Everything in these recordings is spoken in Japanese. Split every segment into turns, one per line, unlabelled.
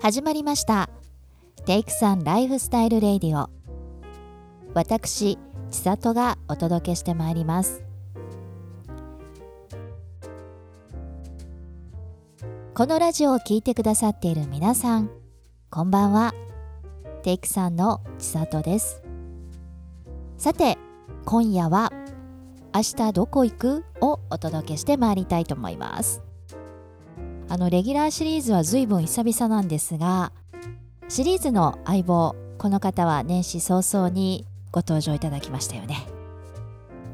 始まりましたテイクさんライフスタイルレディオ私千里がお届けしてまいりますこのラジオを聞いてくださっている皆さんこんばんはテイクさんの千里ですさて今夜は明日どこ行くをお届けしてまいりたいと思いますあのレギュラーシリーズは随分久々なんですがシリーズの相棒この方は年始早々にご登場いただきましたよね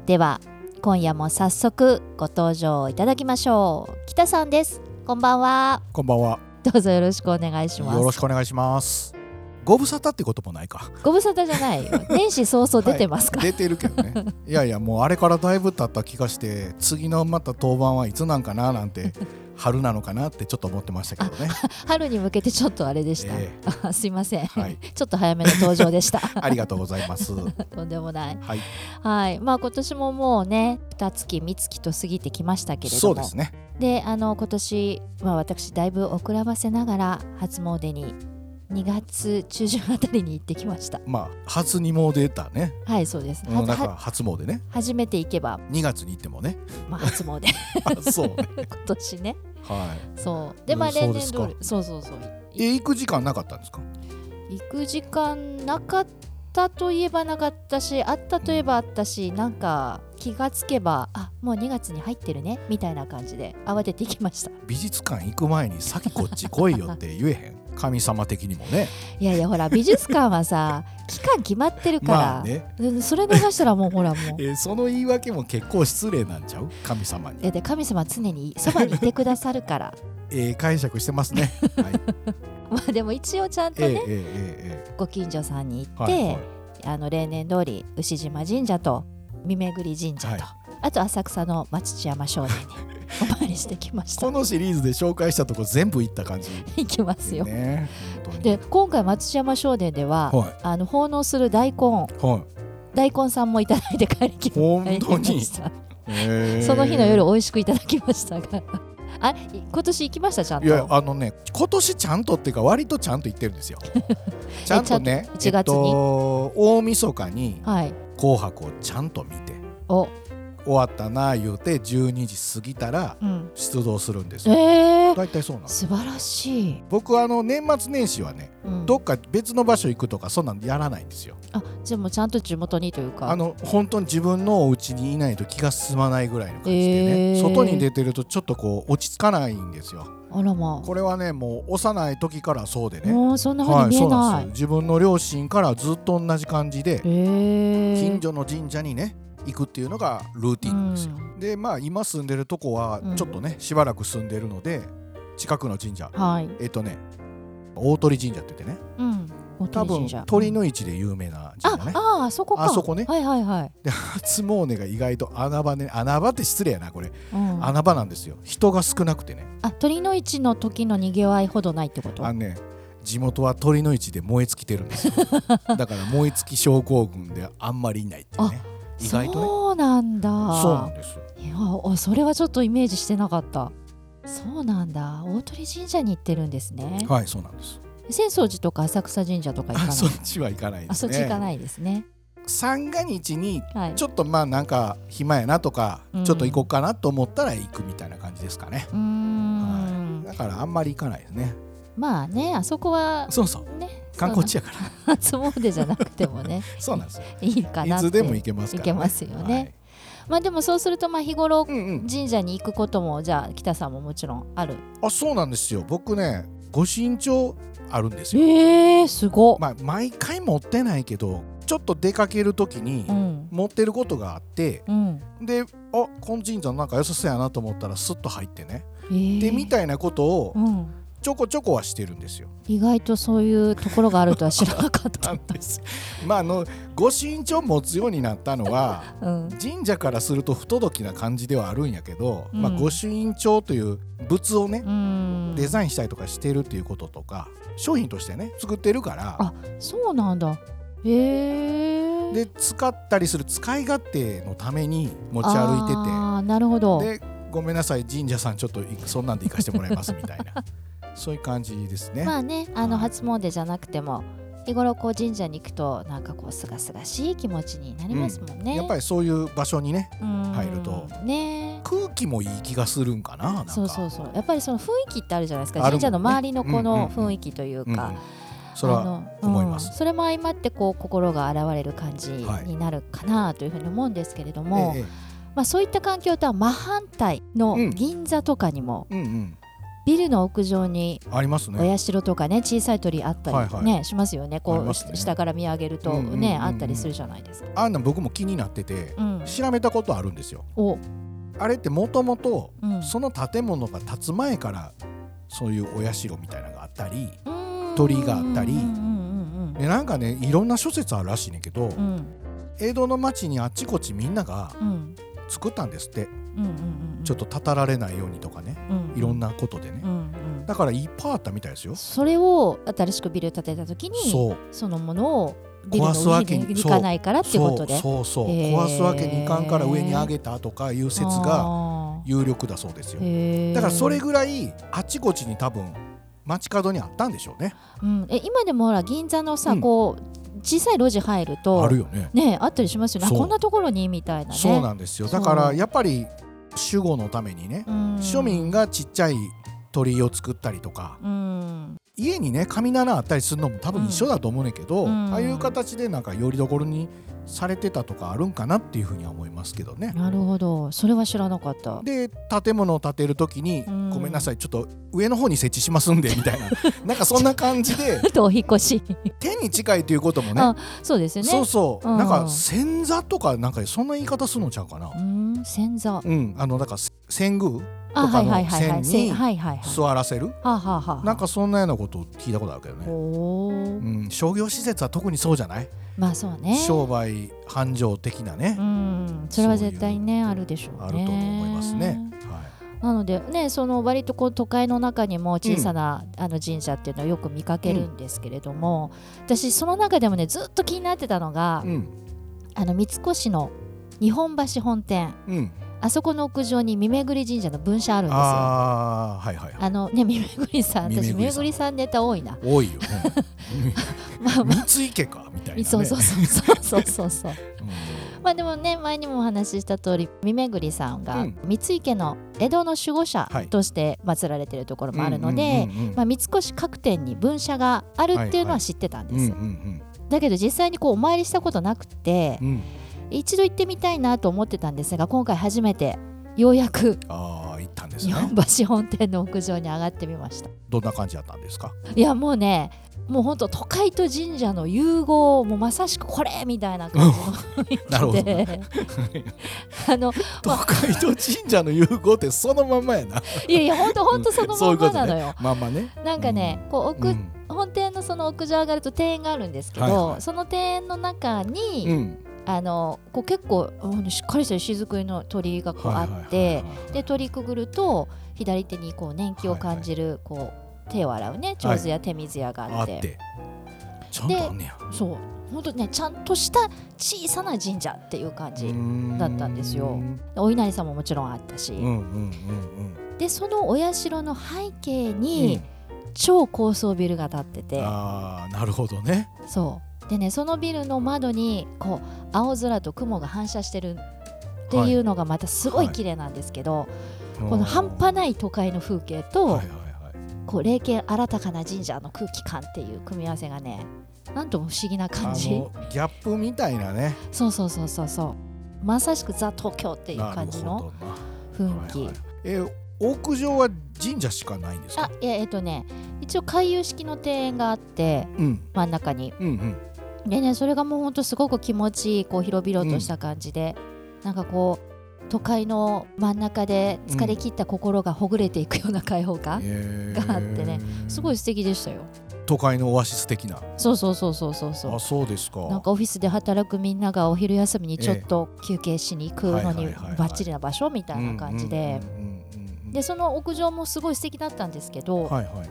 では今夜も早速ご登場いただきましょう北さんですこんばんは
こんばんは。
どうぞよろしくお願いし
よ
ます
ろしくお願いします。ご無沙汰ってこともないか。
ご無沙汰じゃない よ年始早 々出てますか、
出てるけどね。 いやいや、もうあれからだいぶ経った気がして、次のまた登板はいつなんかななんて、 春なのかなってちょっと思ってましたけどね。
春に向けてちょっとあれでした、
え
あすいません、
はい
ちょっと早めの登場で した
ありがとうござい ます。は
とんでもない
い、
はいまあ今年ももうね二月三月と過ぎてきましたけれども
そうですね。
であの今年、まあ、私だいぶ遅らばせながら初詣に2月中旬あたりに行ってきました
まあ、初にも出たね。
はいそうです、
うん
は
だ
は
から初詣ね。
初めて行けば、
2月に行っ てもね。
まあ、初 詣
あそうね。
今年ね
は
そうでまあ
うんそ
例
うで
年
す
通
か
りそうそうそう
い。え、行く時間なかったんですか
行く時間なかったといえばなかったしあったといえばあったしなんか気がつけばあもう2月に入ってるねみたいな感じで慌てて行きました
美術館行く前に先こっち来いよって言えへん。神様的にもね。
いやいやほら美術館は さ期間決まってるから、
まあね。
うんそれ逃したらもうほらもう
えーその言い訳も結構失礼なんちゃう神様に
えで神様は常にそばにいてくださるから
えー解釈してますね、はい、
まあでも一応ちゃんと
えー、え
ね
ー、え
ご近所さんに行
ー、
って、
えーはいはい
あの例年通り牛島神社と御巡神社と、
はい
あと浅草の町千山商店 にお参りしてきました
このシリーズで紹介したとこ全部行った感じ
行きますよ、
ね本当に
で今回松山商店では、
は
あの奉納する大根
いは
大根さんもいただいて帰りき
本当に
帰りました
い、えー
その日の夜美味しくいただきましたが あ今年行きましたちゃんと
いやあのね今年ちゃんとっていうか割とちゃんと行ってるんですよ ちゃんとね
ちゃんと1月に
えっと、大晦日に
はい
「紅白」をちゃんと見て
お
終わったなあ言うて12時過ぎたら
うん
出動するんです
え
よ
ー、
大体そうなんです
素晴らしい、
僕あの年末年始はね
うん
どっか別の場所行くとかそんなんやらないんですよ。
あじゃあもうちゃんと地元にというか
あの本当に自分のお家にいないと気が進まないぐらいの感じでね、
へー
外に出てるとちょっとこう落ち着かないんですよ。
あらま
これはねもう幼い時からそうで
あ、
ね、
もうそんな風
は
に
い、
見
そ
え
うなん
な
です
い
よ。自分の両親からずっと同じ感じで
えー、
近所の神社にね行くっていうのがルーティンですよ。でまあ今住んでるとこは
うん
ちょっとねしばらく住んでるので近くの神社
うん、はい、
えっとね大鳥神社って言ってね
うん、大
多
鳥
分
神社
鳥
うん
の市で有名な神社ね。
ああーそこか
あそこね
はいはいはい、
で初詣が意外と穴場ね穴場って失礼やなこれ、
うん、あ
穴場なんですよ人が少なくてね
鳥の市の時のにぎわいほどないってこと
あのね地元は鳥の市で燃え尽きてるんで すよだから燃え尽き症候群であんまりいないっていうね意外とね
そうなんだ
そうなんですよ
いやあそれはちょっとイメージしてなかったそうなんだ大鳥神社に行ってるんですね
はいそうなんです
浅草寺とか浅草神社とか行か
あ
ない
そっちは行かないで
あ
す
そっ
ね
ち行かないですね
三が日に
はい
ちょっとまあなんか暇やなとか、
うん
ちょっと行こうかなと思ったら行くみたいな感じですかね、
うーん、
だからあんまり行かないですね
まあねあそこは
そうそう
ね
観光地やから
そう初詣じゃなくても ね
そうなんですよ
いいか
い
なって
つでも行けますか
行
ら、
けますよねまあでもそうするとまあ日頃
はい、うんうん
神社に行くこともじゃあ北さんももちろんある
あそうなんですよ僕ねご身長あるんですよ、
えー、すごっ、
まあ、毎回持ってないけどちょっと出かける時に
うん
持ってることがあって
うん
であこの神社なんか良さそうやなと思ったらスッと入ってね
えー、
でみたいなことを
うん
ちょこちょこはしてるんですよ。
意外とそういうところがあるとは知らなかっ
な
た。
んですまああのご身長持つようになったの は
うん、
神社からすると不届きな感じではあるんやけど、まあ、
うん
ご朱印帳という仏をね
うん
デザインしたりとかしてるっていうこととか商品としてね作ってるから
あそうなんだ。へえ。
で使ったりする使い勝手のために持ち歩い
あーなるほど。
ててでごめんなさい神社さんちょっといそんなんで行かしてもらいますみたいなそういう感じですね。
まあねあの
はい
初詣じゃなくても日頃こう神社に行くとなんかこうすがすがしい気持ちになりますもんね。
やっぱ
り
りそういう場所にね入ると
ね
空気もいい気がするんかななんか
そうそうそうやっぱりその雰囲気ってあるじゃないですか
あるも
神
んね
社の周りのこ
うんうんう
の
ん
雰囲気という
うんうん
か、
それ
あ
は
の
思います
うんそれも相まってこう心が洗われる感じ
はい
になるかなというふうに思うんですけれども、
えええ
まあ、そういった環境とは真反対の
うん
銀座とかにも、
えうん
ビルの屋上に
うんありますね。
お社とかね小さい鳥あったりね、
はいはい
しますよね
あ
こ
り
う
ますね
下から見上げるとね、
うんうんうんうん
あったりするじゃないですか。
あんなん僕も気になってて
うん、
調べたことあるんですよ。
お、
あれってもともと
うん
その建物が建つ前からそういうお社みたいなのがあったり
うん
鳥があったり
うんうんうん
でなんかねいろんな諸説あるらしいねんけど、
うん
江戸の町にあっちこっちみんなが
うんうん
作ったんですって、
うんうんうん
ちょっとたたられないようにとかね
うん
いろんなことでね、
うんうん
だからいっぱいあったみたいですよ。
それを新しくビルを建てた時に
そう
そのものをビルの
壊すわけ
上
に
に行かないからってことで
そうそうそう、
へー
壊すわけにいかんから上に上げたとかいう説が
あ
有力だそうですよ
ーへー
だからそれぐらいあちこちに多分街角にあったんでしょうね
うん、え今でもほら銀座のさ、
うん
こう小さい路地入ると
あるよね
ねあったりしますよねあ
そう
こんなところにみたいなね
そうなんですよだからやっぱり守護のためにね、
うん
庶民がちっちゃい鳥居を作ったりとか
うん
家にね神棚あったりするのも多分一緒だと思うねんけど、
うん
ああいう形でなんかよりどころにされてたとかあるんかなっていうふうには思いますけどね。
なるほどそれは知らなかった
で建物を建てる時に、
うん
ごめんなさいちょっと上の方に設置しますんで」みた いななんかそんな感じで
あとお引っ越し
手に近いということも ね
あそうですよね
そうそう、
うん
なんか仙座とかなんかそんな言い方するのちゃうかな
う、ん仙座
うん、あのだから遷宮
あ
とか
はい
の
はいはいはい
線
せ
に
んはいはいはい
座らせる、
はあはあはあ
なんかそんなようなことを聞いたことあるけどね、
お
う
ー
ん、商業施設は特にそうじゃない、
まあそうね
商売繁盛的なね
う、んそれは絶対ねあるでしょうね
あると思いますね。はい
なのでねその割とこう都会の中にも小さな、あの神社っていうのをよく見かけるんですけれども、私その中でもねずっと気になってたのが、
うん
あの三越の日本橋本店
うん、
あそこの屋上に見巡り神社の分社あるんですよ。あ
ああはいはいはい
のね見巡りさん私
見巡り
見
さん
巡りさんネタ多いな。
多いよね
まあまあ
三井家かみたいな、ね、
そうそうそうそうそうそうそう
う
まあでもね前にもお話しした通り三巡りさんが、
うん
三井家の江戸の守護者
はい
として祀られてるところ
ん
もあるので、
うんうんうん
まあ、三越各店に分社があるっていうのは知ってたんです、
うんうん
だけど実際にこうお参りしたことなくて
うんうん
一度行ってみたいなと思ってたんですが今回初めてようやく
ああ行ったんです
日
ね
本橋本店の屋上に上がってみました
どんな感じだったんですか
いやもうねもうほんと都会と神社の融合もうまさしくこれみたいな感じの
なるほど
で あの
都会と神社の融合ってそのまんまやな
いやいやほんとほんとその
そう
ま
い
ん
う
ま
ことね
なのよ
まんまね
なんかね、こう奥、
うん
本店のその屋上上がると庭園があるんですけど、
はいはい
その庭園の中に、
うん
あのこう結構うんしっかりした石造りの鳥居がこうあ
はい
って、
はいはいはい
で鳥居くぐると左手にこう年季を感じるこう、手を洗うね
はい
上手や手水やがあ
あっ
って,、
てちゃんとあんねや
そう本当ねちゃんとした小さな神社っていう感じ、だったんですよ
うん
お稲荷さんももちろんあったし、
うんうんうん
でそのお社の背景
うん
に超高層ビルが建ってて、
ああなるほどね
そうでねそのビルの窓にこう青空と雲が反射してるって
はい
いうのがまたすごい
はい
綺麗なんですけど、
こ
この半端ない都会の風景と、
はいはいはい
こう霊験新たかな神社の空気感っていう組み合わせがねなんとも不思議な
あ
感
の
じ
ギャップみたいなね
そうそうそうそうそうまさしくザ東京っていう
な
感
る
じ
ほ
の
どな
雰囲気、
はいはいえ屋上は神社しかないんです
あ
か
いやえっとね一応回遊式の庭園があって
うん
真ん中に
うんうん
でねそれがもうほんとすごく気持ちいいこう広々とした感じで、なんかこう都会の真ん中で疲れ切った心がほぐれていくような開放感、
へー
があってねすごい素敵でしたよ
都会のオアシス的な
そうそうそうそうそうそう
あそうですか
なんかオフィスで働くみんながお昼休みにちょっと休憩しに行くの
ええ
に
はいはいはいはい
バッチリな場所みたいな感じで
うんうんうんうんうん
でその屋上もすごい素敵だったんですけど、
はいはい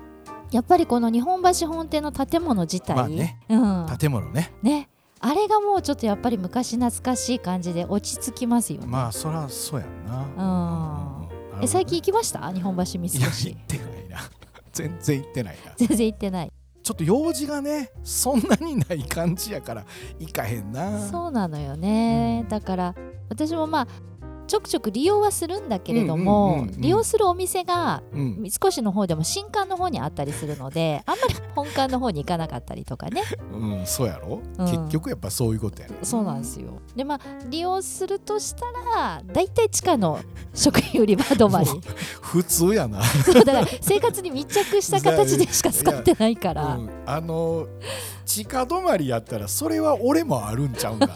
やっぱりこの日本橋本店の建物自体、
まあね
うん
建物ね
ね、あれがもうちょっとやっぱり昔懐かしい感じで落ち着きますよね。
まあそらそうやんな
うん
うんうんうんなるほどね
え最近行きました日本橋三
いや
越
行ってないな全然行ってないな
全然行ってない
ちょっと用事がねそんなにない感じやから行かへんな
そうなのよね、
うん
だから私もまあちょくちょく利用はするんだけれども、
うんうんうんうん
利用するお店が
う、ん、
三越の方でも新館の方にあったりするのであんまり本館の方に行かなかったりとかね
うん、そうやろ、
うん
結局やっぱそういうことやね
そうなんですよでまあ利用するとしたら大体地下の食品売り場止まり
も普通やな、
そうだから生活に密着した形でしか使ってないか
う
ら、
ん、あの地下止まりやったらそれは俺もあるんちゃう んか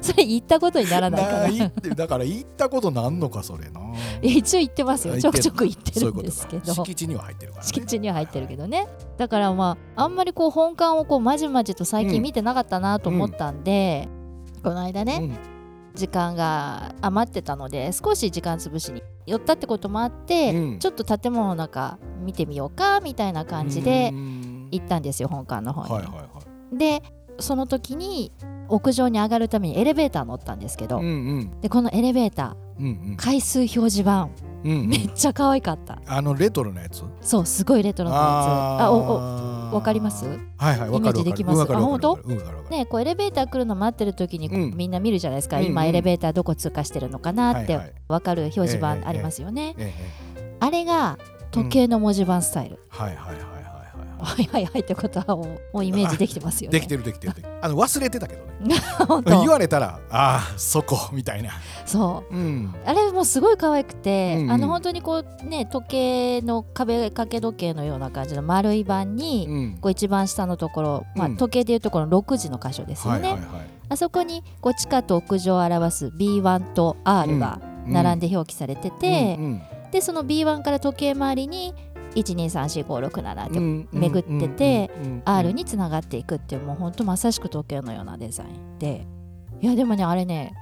それ行ったことになら
な
ないから
ないってだから行ったことなんのかそれな
一応行ってますよち
行
ょ
っ
く
てる
ちょく行って
そうい
る
うんこ
で
と
すけ
か
ど
敷地には入ってるから、ね、
敷地には入ってるけどねだからまああんまりこう本館をこうまじまじと最近見てなかったなと思ったんで、この間ね、
うん
時間が余ってたので少し時間潰しに寄ったってこともあって、
うん
ちょっと建物の中見てみようかみたいな感じで
うん
行ったんですよ本館の方に。
はいはいはい
でその時に屋上に上がるためにエレベーター乗ったんですけど、
うんうん
でこのエレベータ
うんうん
ー回数表示板
うんうん
めっちゃ可愛かった、
あのレトロなやつ
そうすごいレトロなやつあおお
あー
わかります
はいはいわかる
イメージできます
わかるわかる
あ
わかるわかるわかる
ねこうエレベーター来るの待ってる時にこう
うん
みんな見るじゃないですか、
うんうん
今エレベーターどこ通過してるのかなっ
は
て
いはい
分かる表示
えええ
板
え
ありますよね、
え
あれが時計の文字盤スタイル、
えはいはいはいはいはいは
はいはいはいってことはもうもうイメージできてますよ
い
ね
できてるできてるできてるあの忘れてたけどね
本
言
当
われたらああそこみたいな
そう
うん
あれもすごい可愛くて、
うんうん
あの本当にこうね時計の壁掛け時計のような感じの丸い盤に、
うん
こう一番下のところ、まあ、
うん
時計でいうところの6時の箇所ですよ
は
ね、
いはいはい
あそこにこう地下と屋上を表す B1 と R が並んで表記されてて、
うんうん
でその B1 から時計回りに1234567って
うん
巡ってて
うんうんうん
R につながっていくっていうもうほんとまさしく時計のようなデザインでいやでもねあれね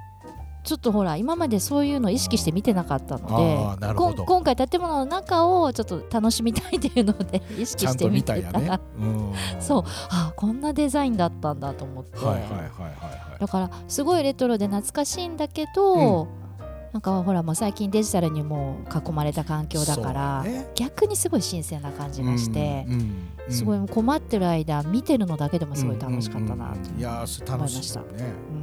ちょっとほら今までそういうの意識して見てなかった
あ
の
ー
で
なる
こ
ほ
ん
ど
今回建物の中をちょっと楽しみたいっていうの で意識
ちゃ
し
ん
て
と
見
見
て
た
た
んやねうんはい
そうあこんなデザインだったんだと思って、
はいはいはいはい
だからすごいレトロで懐かしいんだけど、なんかほらもう最近デジタルにもう囲まれた環境だから、
そうね
逆にすごい新鮮な感じがして。
うんうんうん
すごい困ってる間見てるのだけでもすごい楽しかったな
うんうん
と
うんいやー楽しいです
思
ね
う
うん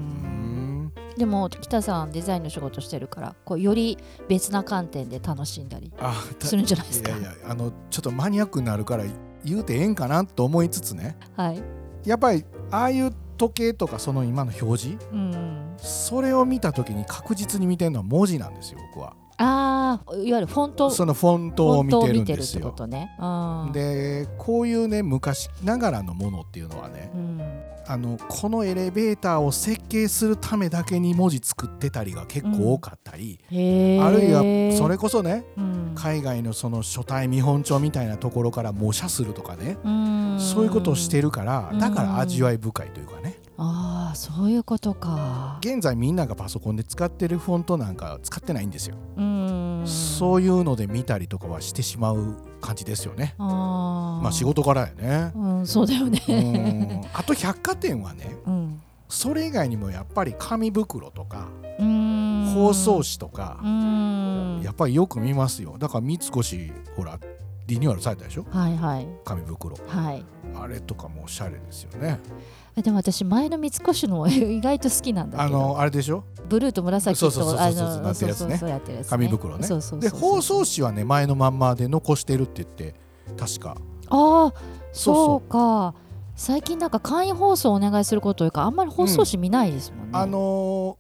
ん
でも北さんデザインの仕事してるからこうより別な観点で楽しんだり
あた
するんじゃないですか
いやいやあのちょっとマニアックになるから言うてええんかなと思いつつね
はい
やっぱりああいう時計とかその今の表示
うん
それを見た時に確実に見てるのは文字なんですよ僕は
ああいわゆるフォント
そのフォントを見てるんです
フォントを見てるってこ
よ
とねうん
でこういうね昔ながらのものっていうのはね
うん
あのこのエレベーターを設計するためだけに文字作ってたりが結構多かったり、
へー
あるいはそれこそね
うん
海外のその書体見本帳みたいなところから模写するとかね
うん
そういうことをしてるから
うん
だから味わい深いというかね
ああそういうことか
現在みんながパソコンで使ってるフォントなんか使ってないんですよ
うん
そういうので見たりとかはしてしまう感じですよね
あー
まあ仕事からやね
うんそうだよね
うんあと百貨店はね
うん
それ以外にもやっぱり紙袋とか
うん
包装紙とか
うん
やっぱりよく見ますよだから三越ほらリニューアルされたでしょ
はいはい
紙袋
はい
あれとかもおしゃれですよね
えでも私前の三越の 意外と好きなんだ
あ
けど
のあれでしょ
ブルーと紫と
そうそうそうそう
あ
そうそうな
の
って
そ
る
う
やつ
そう
ね
そうやってるやつね
紙袋ね
そうそうそ
で
うそう
包装紙はね前のまんまで残してるって言って確か
ああ
そう
そ
そう
うか最近なんか簡易放送お願いすることというかあんまり包装紙見ないですもんね
あのー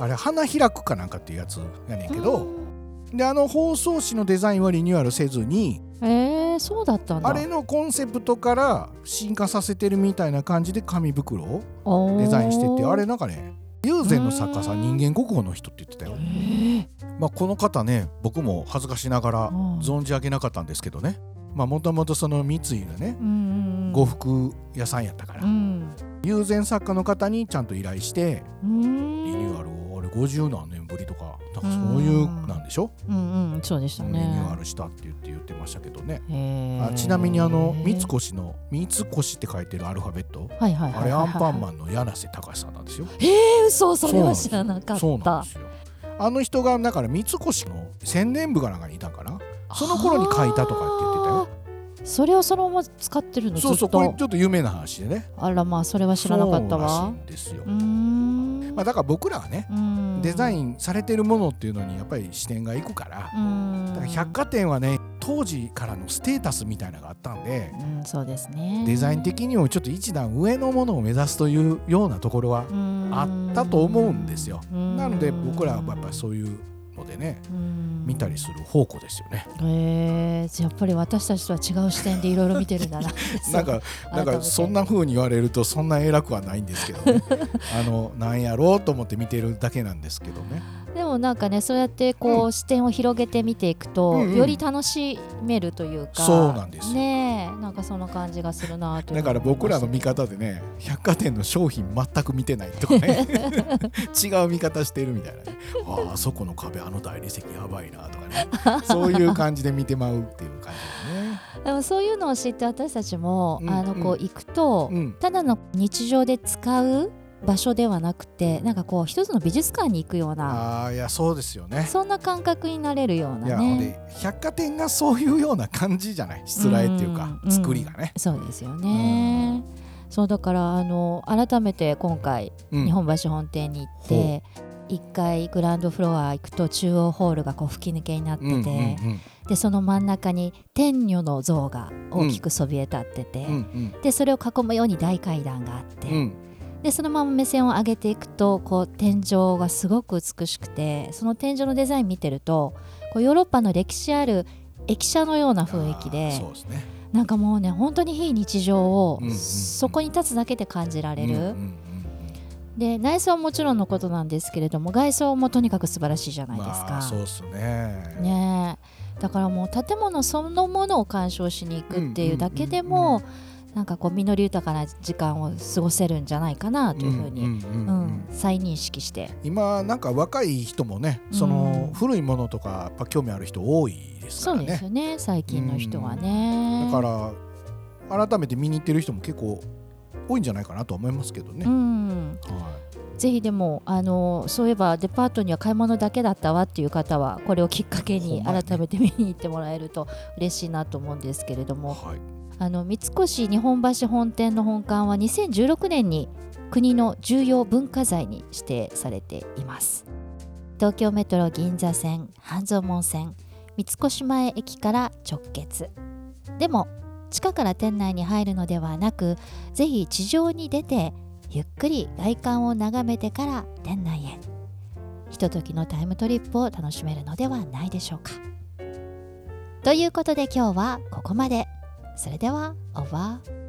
あれ花開くかなんかっていうやつやねんけどであの包装紙のデザインはリニューアルせずに
うんえーそうだったんだ
あれのコンセプトから進化させてるみたいな感じで紙袋を
おー
デザインしててあれなんかね友禅の作家さん人間国宝の人って言ってたよ、
え
まあ、この方ね僕も恥ずかしながら
うん
存じ上げなかったんですけどねもともとその三井のね
ーうん
呉服屋さんやったから
うん
友禅作家の方にちゃんと依頼して
うん
リニューアルをあれ50何年ぶりとかなんかそういうなんでしょ
うんうんそうでした
リ
ね
ニューアルしたって言って言ってましたけどね、
へー
あちなみにあの三越の「三越」って書いてるアルファベット
はいはいはいはいはい
あれアンパンマンの柳瀬隆さんなんですよ。
えー嘘それは知らなかった
そうなんですよあの人がだから三越の宣伝部かなんかにいたんかなその頃に書いたとかって言ってたよ
あそれをそのまま使ってるのず
そう
っ
そう
と
これちょっと有名な話でね
あらまあそれは知らなかった
そうら
わ
しいんですよ、
うーん
まあ、だから僕らはね
うん
デザイ
ン
ンされてるものっていうのにやっぱり視点がいくからだから百貨店はね当時からのステータスみたいなのがあったんで
うんそうですね
デザイン的にもちょっと一段上のものを目指すというようなところはあったと思うんですよ
な
なので僕らはやっぱりそういうのでね見たりする宝庫ですよね
へえやっぱり私たちとは違う視点でいろいろ見てるんだな
なんかなんかそんな風に言われるとそんな偉くはないんですけど ねあのなんやろうと思って見てるだけなんですけどね
でもなんかねそうやってこう、視点を広げて見ていくと、
うんうん
より楽しめるというか
そうなんですよ
ねえなんかその感じがするなという
だから僕らの見方でね百貨店の商品全く見てないとか ね違う見方してるみたいな、ね、あーあそこの壁あの大理石やばいなとかねそういう感じで見てまうっていう感じでね。
でもそういうのを知って私たちも、
うん
あのこう
う
行くと、
うん
ただの日常で使う場所ではなくてなんかこう一つの美術館に行くような
ああいやそうですよね。
そんな感覚になれるよう
い
な
やほ
ね
んで百貨店がそういうような感じじゃないしつらえっていうか、
うん
作りがね。
そうですよね、そうだからあの改めて今回
うん
日本橋本店に行って、1階グランドフロア行くと中央ホールがこう吹き抜けになってて、
うんうんうん
でその真ん中に天女の像が大きくそびえ立ってて、
うん
でそれを囲むように大階段があって、
うんうん
でそのまま目線を上げていくとこう天井がすごく美しくてその天井のデザイン見てるとこうヨーロッパの歴史ある駅舎のような雰囲気
あ
で
ーそうですね。
なんかもうね本当に非日常を
うんうんうん
そこに立つだけで感じられる、
うんうんうん
で内装はもちろんのことなんですけれども外装もとにかく素晴らしいじゃ
う
なんいです
まあそう
か。
ですね。
ねえだからもう建物そのものを鑑賞しに行くっていうだけで
うんうん
もなんかこう実り豊かな時間を過ごせるんじゃないかなというふうに、
んうん
う
うんうん
ん、再認識して。
今なんか若い人もねその
うん
古いものとかやっぱ興味ある人多いですか
そ
ら
うです
ね
よね最近の人はね。
だから改めて見に行ってる人も結構多いんじゃないかなとは思いますけどね、
うん、
は
ぜひでもあのそういえばデパートには買い物だけだったわっていう方はこれをきっかけ
ほん
に
まやね
改めて見に行ってもらえると嬉しいなと思うんですけれど
い
も
はい
あの三越日本橋本店の本館は2016年に国の重要文化財に指定されています東京メトロ銀座線半蔵門線三越前駅から直結でも地下から店内に入るのではなくぜひ地上に出てゆっくり外観を眺めてから店内へひとときのタイムトリップを楽しめるのではないでしょうかということで今日はここまでそれでは、オーバー